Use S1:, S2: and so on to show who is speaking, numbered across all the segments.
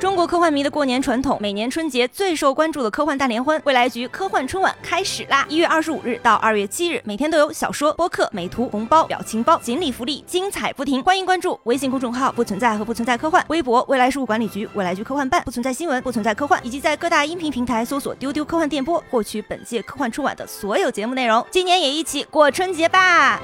S1: 中国科幻迷的过年传统，每年春节最受关注的科幻大联欢，未来局科幻春晚开始啦！一月二十五日到二月七日，每天都有小说、播客、美图、红包、表情包、锦鲤福利，精彩不停！欢迎关注微信公众号“不存在”和“不存在科幻”，微博“未来事务管理局”、“未来局科幻办”、“不存在新闻”、“不存在科幻”，以及在各大音频平台搜索“丢丢科幻电波”，获取本届科幻春晚的所有节目内容。今年也一起过春节吧！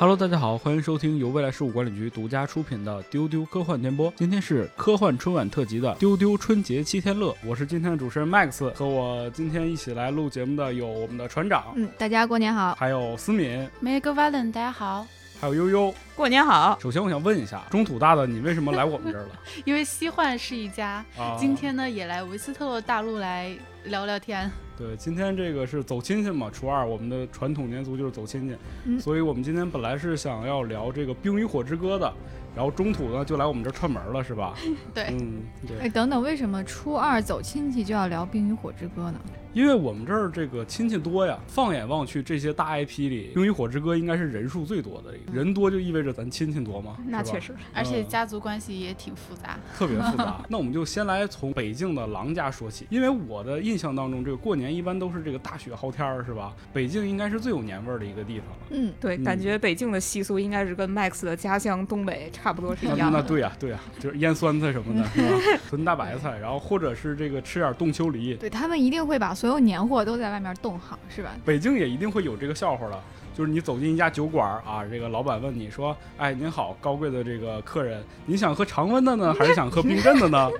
S2: Hello，大家好，欢迎收听由未来事务管理局独家出品的《丢丢科幻电波》。今天是科幻春晚特辑的《丢丢春节七天乐》，我是今天的主持人 Max，和我今天一起来录节目的有我们的船长，
S3: 嗯，大家过年好。
S2: 还有思敏，
S3: Make a Valen，大家好。
S2: 还有悠悠。
S4: 过年好，
S2: 首先，我想问一下，中土大的你为什么来我们这儿了？
S3: 因为西幻是一家，
S4: 哦
S2: 啊，
S3: 今天呢也来维斯特洛大陆来聊聊天。
S4: 嗯
S2: 对，今天这个是走亲戚嘛，初二我们的传统年俗就是走亲戚，
S3: 嗯
S2: 所以我们今天本来是想要聊这个《冰与火之歌》的，然后中土呢就来我们这儿串门了，是吧？
S3: 对
S2: 嗯，对。
S5: 哎，等等，为什么初二走亲戚就要聊《冰与火之歌》呢？
S2: 因为我们这儿这个亲戚多呀，放眼望去，这些大 IP 里，《冰与火之歌》应该是人数最多的一个，人多就意味着咱亲戚多嘛，
S4: 那
S2: 是吧
S4: 确实，
S3: 而且家族关系也挺复杂。
S2: 特别复 杂。那我们就先来从北境的狼家说起，因为我的印象当中，这个过年一般都是这个大雪浩天儿，是吧？北境应该是最有年味儿的一个地方了。
S5: 嗯，
S4: 对，
S2: 嗯
S4: 感觉北境的习俗应该是跟 Max 的家乡东北差不多是一
S2: 那
S4: 样
S2: 啊那
S4: 的。
S2: 对呀、对呀、就是腌酸菜什么的，是吧？ 囤大白菜，然后或者是这个吃点冻秋梨，
S5: 对他们一定会把所有年货都在外面冻好，是吧？
S2: 北京也一定会有这个笑话了，就是你走进一家酒馆儿啊，这个老板问你说：“哎，您好，高贵的这个客人，您想喝常温的 呢，还是想喝冰镇的呢？”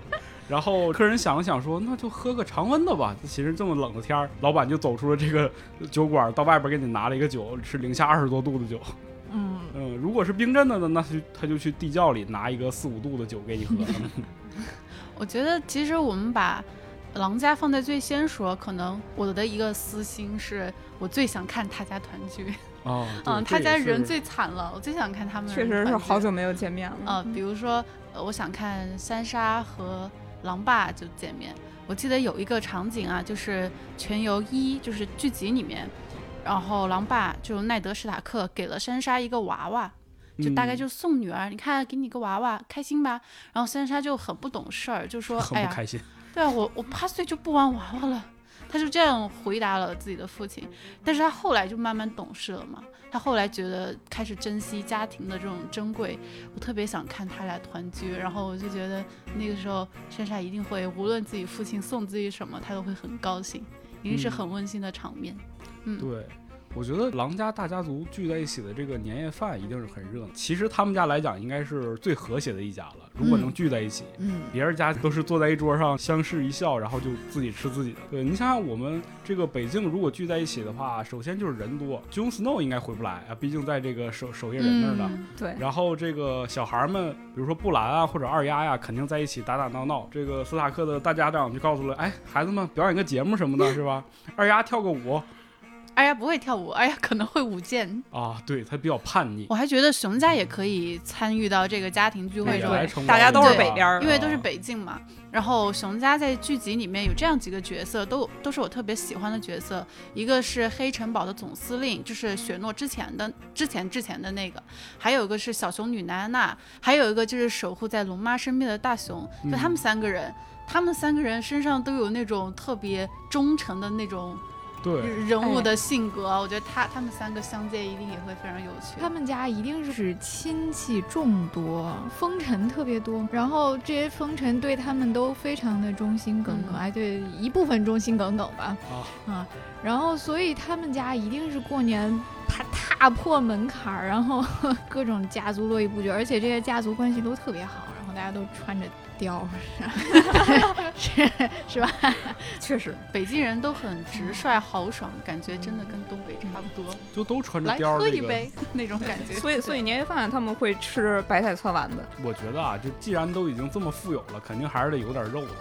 S2: 然后客人想了想说：“那就喝个常温的吧。”其实这么冷的天儿，老板就走出了这个酒馆儿，到外边给你拿了一个酒，是零下二十多度的酒。
S4: 嗯，
S2: 嗯，如果是冰镇的呢，那就他就去地窖里拿一个四五度的酒给 你喝。
S3: 我觉得其实我们把狼家放在最先说，可能我的一个私心是我最想看他家团聚。
S2: 哦，对
S3: 嗯，
S2: 这
S3: 他
S2: 也
S3: 家
S2: 是
S3: 人最惨了，我最想看他们
S4: 确实是
S3: 团聚
S4: 好久没有见面
S2: 嗯
S4: 了。
S5: 嗯
S3: 呃，比如说，呃，我想看三杀和狼爸就见面。我记得有一个场景啊，就是《全游一》就是剧集里面，然后狼爸就奈德·史塔克给了三杀一个娃娃，就
S2: 嗯
S3: 大概就送女儿，你看给你个娃娃，开心吧？然后三杀就很不懂事儿，就说
S2: 嗯、：“很
S3: 哎
S2: 不
S3: 呀，
S2: 开心。
S3: 对啊，我我八岁就不玩娃娃了。”他就这样回答了自己的父亲，但是他后来就慢慢懂事了嘛。他后来觉得开始珍惜家庭的这种珍贵，我特别想看他俩团聚，然后我就觉得那个时候珊珊一定会，无论自己父亲送自己什么，他都会很高兴，一定是
S2: 嗯
S3: 很温馨的场面。
S2: 对，我觉得狼家大家族聚在一起的这个年夜饭一定是很热闹。其实他们家来讲，应该是最和谐的一家了。如果能聚在一起，
S5: 嗯，
S2: 别人家都是坐在一桌上相视一笑，然后就自己吃自己的。对你想想，我们这个北京如果聚在一起的话，首先就是人多，Jon Snow 应该回不来啊，毕竟在这个守守夜人那儿呢。
S3: 嗯
S4: 对，
S2: 然后这个小孩儿们，比如说布兰啊或者二丫呀、肯定在一起打打闹闹。这个斯塔克的大家长就告诉了，哎，孩子们表演个节目什么的，是吧？二丫跳个舞
S3: 哎呀，不会跳舞，哎呀，可能会舞剑。
S2: 啊，对他比较叛逆。
S3: 我还觉得熊家也可以参与到这个家庭聚会
S2: 也
S3: 中，
S2: 来承包
S4: 大家都
S3: 是
S2: 了
S4: 北边儿
S3: 因为都是北境嘛。然后熊家在剧集里面有这样几个角色，都都是我特别喜欢的角色。一个是黑城堡的总司令，就是雪诺之前的之前之前的那个；还有一个是小熊女娜娜，还有一个就是守护在龙妈身边的大熊。就他们三个人，他们三个人身上都有那种特别忠诚的那种
S2: 对，
S3: 人物的性格。我觉得他他们三个相见一定也会非常有趣。
S5: 他们家一定是亲戚众多，风尘特别多，然后这些风尘对他们都非常的忠心耿耿，
S3: 嗯
S5: 哎，对，一部分忠心耿耿吧，
S2: 啊
S5: 啊，然后所以他们家一定是过年。踏踏破门槛儿，然后 各种家族络绎不绝，而且这些家族关系都特别好，然后大家都穿着貂，是吧 是是吧？
S4: 确实，
S3: 北京人都很直率豪爽，感觉真的跟东北差不多。
S2: 就都穿着
S3: 来
S2: 貂儿、
S3: 喝
S2: 这
S3: 一
S2: 个。
S3: 杯那种感觉。
S4: 所以所以年夜饭他们会吃白菜汆丸子，
S2: 我觉得啊，就既然都已经这么富有了，肯定还是得有点肉的。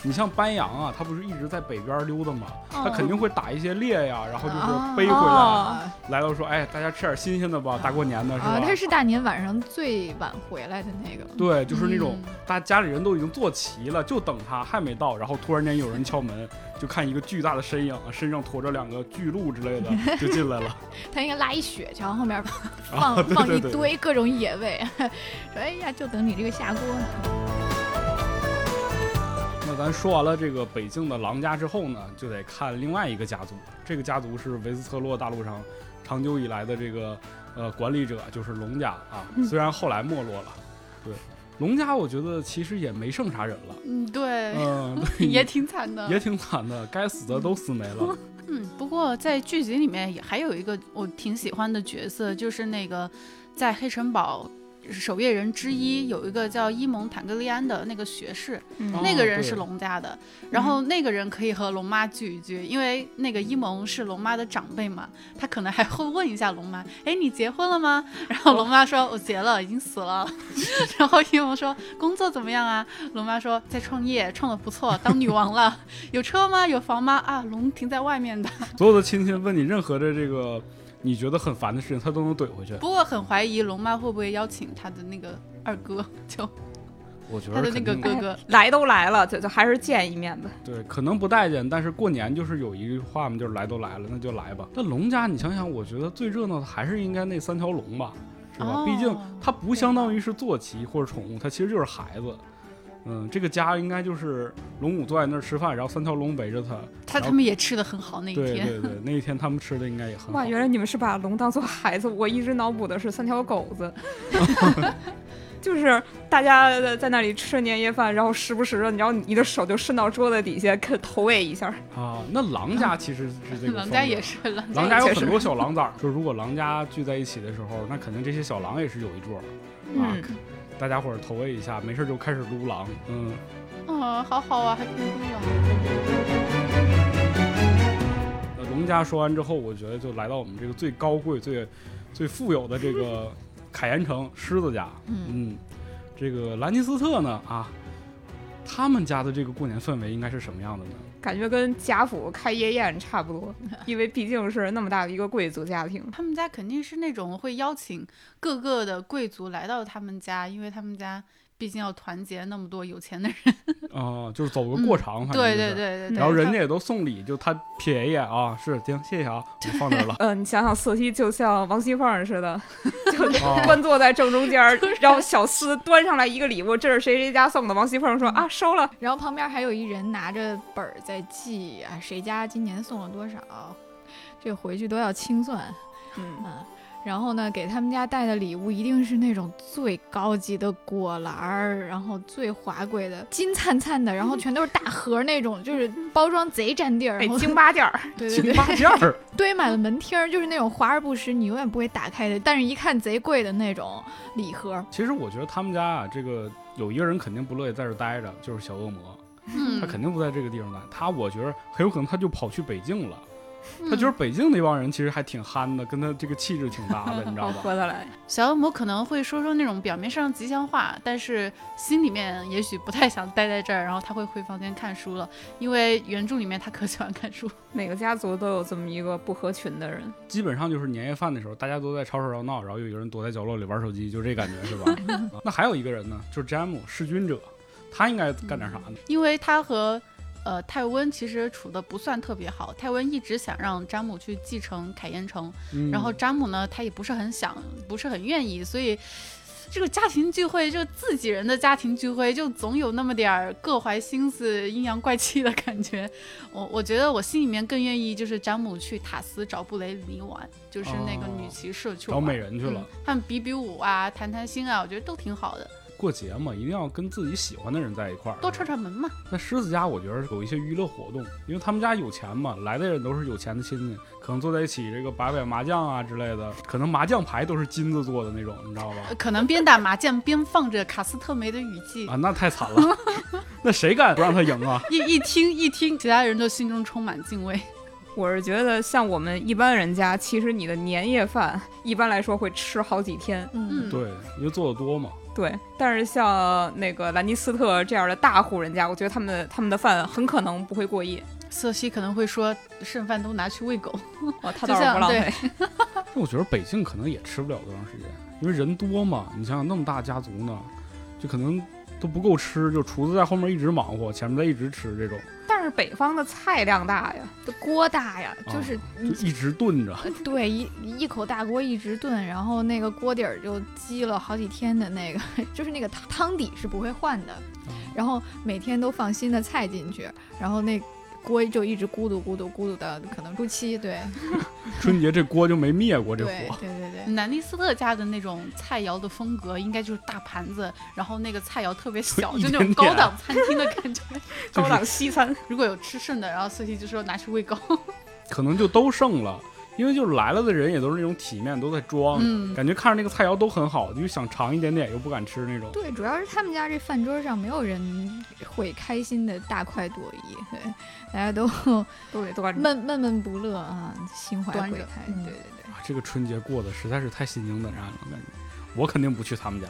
S2: 你像班扬啊，他不是一直在北边溜达嘛，他
S3: 嗯
S2: 肯定会打一些猎呀，然后就是
S5: 啊
S2: 背回来，
S4: 哦，
S2: 来到说，哎，大家吃点新鲜的吧，大过年的是吧
S5: 啊，？他是大年晚上最晚回来的那个。
S2: 对，就是那种
S3: 嗯
S2: 大家里人都已经坐齐了，就等他还没到，然后突然间有人敲门，就看一个巨大的身影，身上驮着两个巨鹿之 类的，就进来了。
S5: 他应该拉一雪橇，后面放、
S2: 啊，对
S5: 放
S2: 对
S5: 一
S2: 对，
S5: 堆各种野味， 说哎呀，就等你这个下锅呢。
S2: 那咱说完了这个北境的狼家之后呢，就得看另外一个家族。这个家族是维斯特洛大陆上长久以来的这个呃管理者，就是龙家 啊。虽然后来没落了，对龙家，我觉得其实也没剩啥人了。
S3: 嗯，对，
S2: 嗯，对
S3: 也挺惨的。
S2: 也挺惨的，该死的都死没了。
S3: 嗯，不过在剧集里面也还有一个我挺喜欢的角色，就是那个在黑城堡守夜人之一有一个叫伊蒙坦格利安的那个学士，
S2: 哦
S3: 嗯 那个人
S2: 对嗯
S3: 是龙家的，然后那个人可以和龙妈聚一聚，因为那个伊蒙是龙妈的长辈嘛，他可能还会问一下龙妈，哎，你结婚了吗？然后龙妈说，我结了，已经死了。 然后伊蒙说，工作怎么样啊？龙妈说，在创业，创的不错，当女王了。 有车吗？有房吗？啊，龙停在外面的。
S2: 所有的亲戚问你任何的这个你觉得很烦的事情，他都能怼回去。
S3: 不过很怀疑龙妈会不会邀请她的那个二哥，就
S2: 我觉
S3: 她
S2: 得
S3: 的那
S2: 肯
S3: 个
S2: 定
S3: 哥哥。
S4: 来都来了，就就还是见一面吧。
S2: 对，可能不待见，但是过年就是有一句话嘛，就是来都来了，那就来吧。但龙家，你想想，我觉得最热闹的还是应该那三条龙吧，是吧？啊
S3: 哦
S2: 毕竟它不相当于是坐骑或者宠物，它其实就是孩子。嗯，这个家应该就是龙母坐在那儿吃饭，然后三条龙围着他。
S3: 他
S2: 然
S3: 他
S2: 后
S3: 们也吃的很好那一
S2: 对
S3: 天，
S2: 对对，那一天他们吃的应该也很好
S4: 哇，。原来你们是把龙当做孩子，我一直脑补的是三条狗 子，就是大家在那里吃着年夜饭，然后时不时的，然后你的手就伸到桌子底下，看投喂一下。
S2: 啊，那狼家其实是这个
S3: 狼
S2: 风
S3: 家
S2: 格
S3: 也是狼
S2: 狼
S3: 家
S2: 家有
S4: 确
S2: 很
S4: 实
S2: 多小狼崽儿，就是如果狼家聚在一起的时候，那肯定这些小狼也是有一桌儿，啊
S4: 嗯，
S2: 大家伙儿投喂一下，没事儿就开始撸狼。嗯，
S3: 啊，好好啊，还可以撸啊。
S2: 那呃龙家说完之后，我觉得就来到我们这个最高贵、最最富有的这个凯岩城狮子家。嗯，这个兰尼斯特呢啊，他们家的这个过年氛围应该是什么样的呢？
S4: 感觉跟贾府开夜宴差不多，因为毕竟是那么大的一个贵族家庭。。
S3: 他们家肯定是那种会邀请各个的贵族来到他们家，因为他们家毕竟要团结那么多有钱的人。
S2: 啊、就是走个过场，反正、就是
S3: 对对。对对，
S2: 然后人
S3: 他
S2: 家也都送礼，就他瞥一眼啊，是行，谢谢啊，我放这儿了
S4: 嗯、你想想，瑟西就像王熙凤似的，就
S5: 哦
S2: 啊
S4: 端坐在正中 间儿，然后小厮端上来一个礼物，这是谁谁家送的？王熙凤说啊，收了。
S5: 然后旁边还有一人拿着本儿在记啊，谁家今年送了多少，这回去都要清算。
S4: 嗯，
S5: 嗯，然后呢，给他们家带的礼物一定是那种最高级的果篮儿，然后最华贵的金灿灿的，然后全都是大盒儿那种，就是包装贼占地儿，
S4: 哎
S5: 然，后
S4: 京八件儿，
S5: 对对
S2: 京
S5: 对，
S2: 八件儿，
S5: 堆满了门厅儿，就是那种华而不实，你永远不会打开的，但是一看贼贵的那种礼盒。
S2: 其实我觉得他们家啊，这个有一个人肯定不乐意在这儿待着，就是小恶魔，
S3: 嗯
S2: 他肯定不在这个地方待。他我觉得很有可能他就跑去北京了。
S3: 嗯
S2: 他觉得北京那帮人其实还挺憨的，跟他这个气质挺搭的，你知 道吧？
S4: 合得来。
S3: 小恶魔可能会说说那种表面上吉祥话，但是心里面也许不太想待在这儿，然后他会回房间看书了，因为原著里面他可喜欢看书。
S4: 每个家族都有这么一个不合群的人，
S2: 基本上就是年夜饭的时候，大家都在吵吵闹闹，然后有一个人躲在角落里玩手机，就这感觉是 吧？啊那还有一个人呢，就是詹姆弑君者，他应该干点啥呢？
S3: 因为他和呃泰温其实处的不算特别好，泰温一直想让詹姆去继承凯燕城，
S2: 嗯
S3: 然后詹姆呢他也不是很想，不是很愿意，所以。这个家庭聚会，这个自己人的家庭聚会，就总有那么点儿各怀心思、阴阳怪气的感觉。我我觉得我心里面更愿意就是詹姆去塔斯找布雷尼玩，就是那个
S2: 哦
S3: 女骑士去
S2: 找
S3: 玩
S2: 美人去了。
S3: 嗯他们比比武啊，谈谈心啊，我觉得都挺好的，
S2: 过节嘛，一定要跟自己喜欢的人在一块儿。
S3: 多串串门嘛。
S2: 那狮子家我觉得有一些娱乐活动，因为他们家有钱嘛，来的人都是有钱的亲戚，可能坐在一起这个摆摆麻将啊之类的，可能麻将牌都是金子做的那种，你知道吧？
S3: 可能边打麻将边放着卡斯特梅的雨季，
S2: 啊，那太惨了，那谁敢不让他赢啊？
S3: 一一听一听，其他人都心中充满敬畏。
S4: 我是觉得像我们一般人家，其实你的年夜饭一般来说会吃好几天，
S5: 嗯，
S3: 嗯，
S2: 对，因为做的多嘛。
S4: 对。但是像那个兰尼斯特这样的大户人家，我觉得他们的他们的饭很可能不会过夜。
S3: 瑟西可能会说剩饭都拿去喂狗，
S4: 哦，他
S3: 就
S4: 倒是不
S3: 像
S4: 浪
S3: 对
S4: 费。
S2: 那我觉得北京可能也吃不了多长时间，因为人多嘛。你想想那么大家族呢，就可能都不够吃，就厨子在后面一直忙活，前面在一直吃这种，
S4: 但是北方的菜量大呀，
S5: 锅大呀，
S2: 啊
S5: 就是呃
S2: 就一直炖着。
S5: 对一一口大锅一直炖，然后那个锅底儿就积了好几天的那个， 就是那个汤汤底是不会换的，
S2: 嗯
S5: 然后每天都放新的菜进去，然后那锅就一直咕嘟咕嘟咕嘟到可能初七，对
S2: 春节这锅就没灭过这
S5: 对
S2: 火。
S5: 对对对，
S3: 南丽斯特家的那种菜肴的风格，应该就是大盘子，然后那个菜肴特别小，
S2: 一
S3: 就那
S2: 点
S3: 种高
S2: 点啊
S3: 档餐厅的感觉。
S2: 就是
S4: 高档西餐。
S3: 如果有吃剩的，然后瑟西就说拿去喂狗。
S2: 可能就都剩了，因为就是来了的人也都是那种体面，都在装，
S3: 嗯
S2: 感觉看着那个菜肴都很好，就想尝一点点又不敢吃那种。
S5: 对，主要是他们家这饭桌上没有人会开心的大快朵颐，对，大 家都
S4: 都得端着。
S5: 闷闷闷不乐啊，心怀
S3: 端
S5: 鬼
S3: 着
S5: 胎，
S3: 嗯
S5: 对对
S2: 啊，这个春节过得实在是太心惊胆战了，感觉我肯定不去他们家，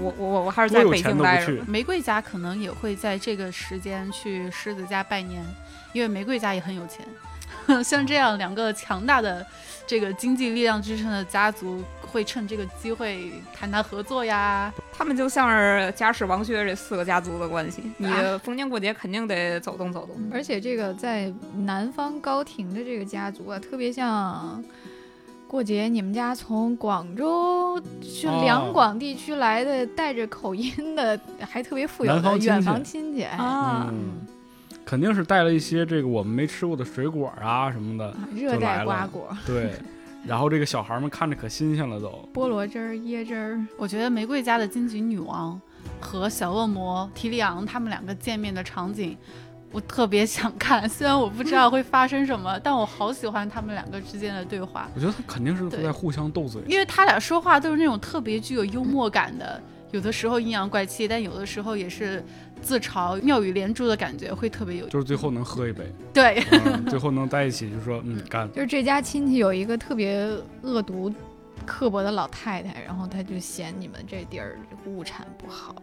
S4: 我我我我还是
S2: 多
S4: 在
S2: 有
S4: 北
S2: 钱
S4: 京
S2: 都
S4: 待
S2: 不
S4: 着。
S2: 去。
S3: 玫瑰家可能也会在这个时间去狮子家拜年，因为玫瑰家也很有钱。 像这样两个强大的这个经济力量支撑的家族，会趁这个机会谈谈合作呀。
S4: 他们就像是家世王薛这四个家族的关系，你
S3: 啊
S4: 逢年过节肯定得走动走动。
S2: 嗯
S5: 对。而且这个在南方高庭的这个家族啊，特别像过节你们家从广州去
S2: 哦
S5: 两广地区来的，带着口音的，还特别富有
S2: 南方
S5: 的
S2: 亲
S5: 远
S2: 戚
S5: 房亲戚，哎
S4: 啊，
S2: 嗯，肯定是带了一些这个我们没吃过的水果啊什么的，
S5: 啊热
S2: 就来
S5: 带
S2: 了
S5: 瓜果、
S2: 对。然后这个小孩们看着可新鲜了都，
S5: 菠萝汁儿、椰汁儿，
S3: 我觉得玫瑰家的金桔女王和小恶魔提利昂他们两个见面的场景，我特别想看。虽然我不知道会发生什么，但我好喜欢他们两个之间的对话。
S2: 我觉得他肯定是会
S3: 对
S2: 在互相斗嘴。
S3: 因为他俩说话都是那种特别具有幽默感的，有的时候阴阳怪气，但有的时候也是自嘲、妙语连珠的感觉，会特别有。
S2: 就是最后能喝一 杯，
S3: 对，
S2: 嗯、最后能在一起，就说嗯干，
S5: 就是这家亲戚有一个特别恶毒、刻薄的老太太，然后她就嫌你们这地儿物产不好，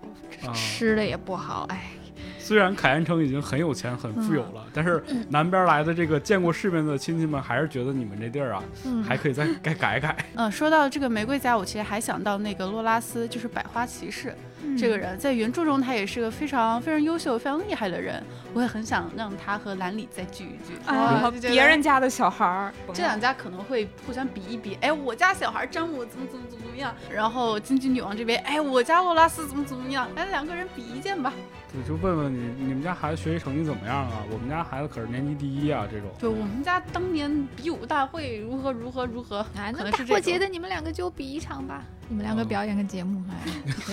S2: 啊
S5: 吃的也不好，哎，
S2: 虽然凯恩城已经很有钱、很富有
S5: 嗯
S2: 了，但是南边来的这个见过世面的亲戚们，还是觉得你们这地儿啊，
S5: 嗯，
S2: 还可以再改改改。
S3: 嗯，说到这个玫瑰家，我其实还想到那个洛拉斯，就是百花骑士、
S4: 嗯
S3: 这个人，在原著中他也是个非常非常优秀、非常厉害的人，我也很想让他和兰里再聚一聚。
S4: 啊
S2: 嗯
S3: 我，就觉得
S4: 别人家的小孩儿，
S3: 这两家可能会互相比一比，哎，我家小孩詹姆怎么怎么怎么样，然后金桔女王这边，哎，我家洛拉斯怎么怎么样，哎，两个人比一剑吧。
S2: 对，就问问你，你们家孩子学习成绩怎么样啊？我们家孩子可是年级第一啊，这种。
S3: 对，我们家当年比武大会如何如何如 何，
S5: 哎，
S3: 可
S5: 那
S3: 能
S5: 大
S3: 是
S5: 过
S3: 这
S5: 节
S3: 种
S5: 的你们两个就比一场吧，你们两个
S2: 嗯
S5: 表演个节 目，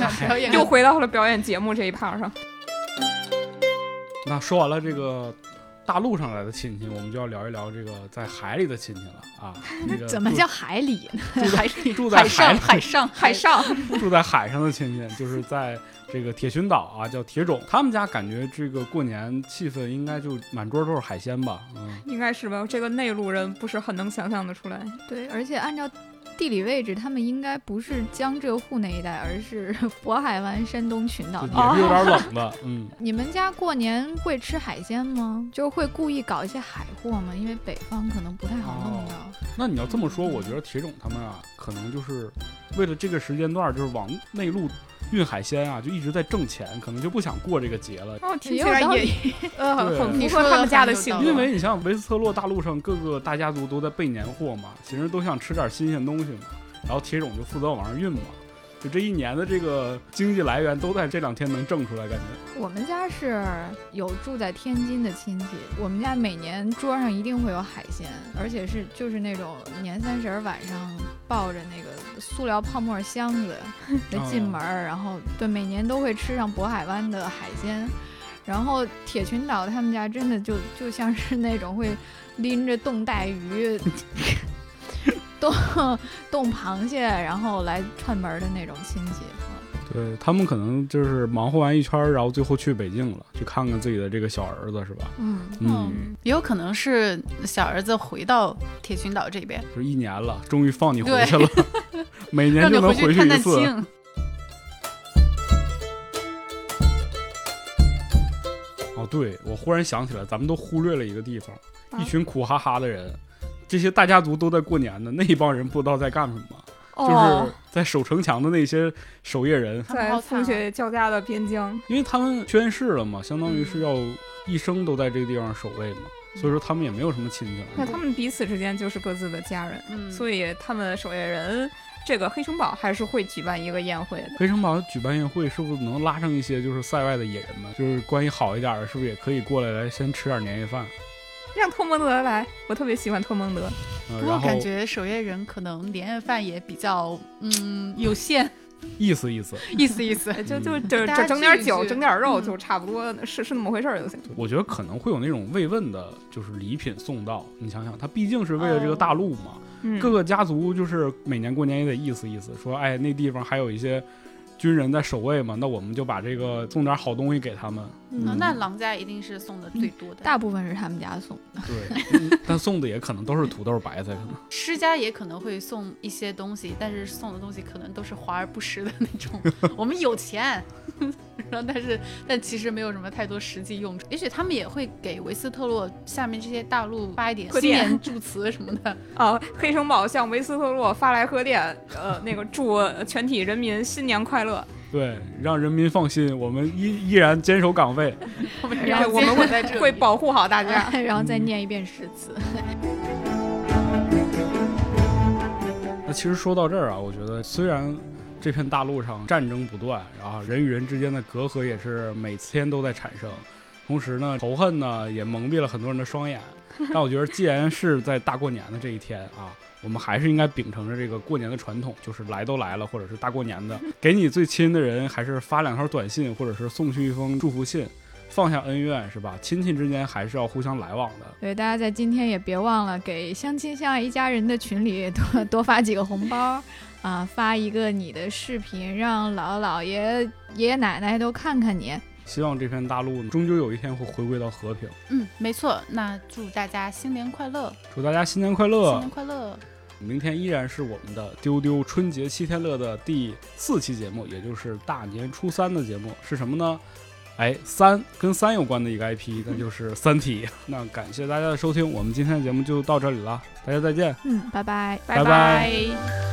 S5: 哎，
S3: 表演
S4: 又回到了表演节目这一趴上。
S2: 那说完了这个大陆上来的亲戚，我们就要聊一聊这个在海里的亲戚了 啊。那个
S5: 怎么
S2: 住
S5: 叫海里呢？
S3: 海
S2: 住在
S3: 海
S2: 海
S3: 上
S2: 里
S3: 海上
S4: 海上，
S2: 住在海上的亲戚，就是在这个铁群岛啊，叫铁种，他们家感觉这个过年气氛应该就满桌都是海鲜吧，嗯。
S4: 应该是吧？这个内陆人不是很能想象得出来。
S5: 对，而且按照。地理位置，他们应该不是江浙沪那一带，而是 渤海湾、山东群岛
S2: 就
S5: 那
S2: 也是
S5: 一带。
S2: 有点 冷的，嗯，
S5: 你们家过年会吃海鲜吗？就是会故意搞一些海货吗？因为北方可能不太好弄到。
S2: 那你要这么说，我觉得铁种他们啊，可能就是为了这个时间段，就是往内陆运海鲜啊，就一直在挣钱，可能就不想过这个节了。
S4: 哦，听
S5: 也
S4: 起
S5: 有
S4: 来
S5: 道
S4: 也
S5: 理，
S4: 呃
S2: 对
S4: 很
S3: 你
S4: 符
S3: 说的
S4: 合他们家
S3: 很
S4: 的
S3: 有
S4: 性
S3: 道
S4: 格。
S3: 理
S2: 因为你像维斯特洛大陆上各个大家族都在备年货嘛，其实都想吃点新鲜东西嘛，然后铁种就负责往上运嘛，就这一年的这个经济来源都在这两天能挣出来，感觉
S5: 我们家是有住在天津的亲戚，我们家每年桌上一定会有海鲜，而且是就是那种年三十儿晚上抱着那个塑料泡沫箱子得进门儿，然后对每年都会吃上渤海湾的海鲜。然后铁群岛他们家真的就就像是那种会拎着冻带鱼、冻冻螃蟹，然后来串门儿的那种亲戚。嗯
S2: 对他们可能就是忙活完一圈儿，然后最后去北京了，去看看自己的这个小儿子，是吧？
S5: 嗯，
S2: 嗯，
S3: 也有可能是小儿子回到铁群岛这边，
S2: 就是一年了，终于放你回去了， 每年
S3: 让你
S2: 就能
S3: 回
S2: 回
S3: 探
S2: 一
S3: 探
S2: 次。
S3: 亲。
S2: 哦，对，我忽然想起来，咱们都忽略了一个地方，
S4: 啊
S2: 一群苦哈哈的人，这些大家族都在过年呢，那一帮人不知道在干什么，就
S4: 哦
S2: 是，在守城墙的那些守夜人，
S3: 他们
S4: 在
S3: 好惨
S4: 风
S3: 啊，
S4: 雪交加的边疆，
S2: 因为他们宣誓了嘛，相当于
S4: 嗯
S2: 是要一生都在这个地方守卫嘛，所以说他们也没有什么亲戚
S4: 那
S2: 了。
S4: 他们彼此之间就是各自的家人，
S3: 嗯，
S4: 所以他们守夜人这个黑城堡还是会举办一个宴会的。
S2: 黑城堡举办宴会是不是能拉上一些就是塞外的野人们？就是关系好一点的，是不是也可以过来来先吃点年夜饭？
S4: 让特蒙德来，我特别喜欢特蒙德。
S2: 呃、
S3: 不过
S2: 然后
S3: 感觉守夜人可能年夜饭也比较嗯有限，
S2: 意思意思。
S3: 意思意思。
S4: 哎就就
S2: 嗯
S4: 就
S3: 大
S4: 就
S3: 家
S4: 整点
S3: 聚一
S4: 酒，
S3: 聚
S4: 整点肉，
S3: 嗯
S4: 就差不多是是那么回事儿就行。
S2: 我觉得可能会有那种慰问的，就是礼品送到。你想想，他毕竟是为了这个大陆嘛，
S4: 嗯
S2: 各个家族就是每年过年也得意思意思，说哎那地方还有一些军人在守卫嘛，那我们就把这个送点好东西给他们。
S3: 那
S5: 嗯
S3: 那狼家一定是送的最多的，
S5: 大部分是他们家送的，
S2: 对，嗯但送的也可能都是土豆白菜，可能
S3: 施家也可能会送一些东西，但是送的东西可能都是华而不实的那种。我们有钱， 然后但是但其实没有什么太多实际用处。也许他们也会给维斯特洛下面这些大陆发一点
S4: 贺
S3: 新
S4: 电
S3: 年祝词什么的。
S4: 啊，黑城堡向维斯特洛发来贺电，呃，那个祝全体人民新年快乐。
S2: 对，让人民放心，我们依依然坚守岗位。
S3: 我们
S4: 然后我们
S3: 会在这
S4: 会
S3: 里
S4: 保护好大家。
S5: 然后再
S2: 嗯
S5: 念一遍诗词。
S2: 那其实说到这儿啊，我觉得虽然这片大陆上战争不断，然后人与人之间的隔阂也是每天都在产生，同时呢，仇恨呢也蒙蔽了很多人的双眼。但我觉得，既然是在大过年的这一天啊，我们还是应该秉承着这个过年的传统，就是来都来了，或者是大过年的，给你最亲的人还是发两条短信，或者是送去一封祝福信，放下恩怨是吧？亲戚之间还是要互相来往的。
S5: 对，大家在今天也别忘了给相亲相爱一家人的群里多多发几个红包，啊，发一个你的视频，让姥姥姥爷、爷爷奶奶都看看你。
S2: 希望这片大陆终究有一天会回归到和平。
S3: 嗯，没错。那祝大家新年快乐，
S2: 祝大家新年快乐！
S3: 新年快乐。
S2: 明天依然是我们的丢丢春节七天乐的第四期节目，也就是大年初三的节目是什么呢？哎，三跟三有关的一个 IP，那就是《三体》。那感谢大家的收听，我们今天的节目就到这里了，大家再见。
S5: 嗯，拜拜。
S2: 拜拜
S3: 拜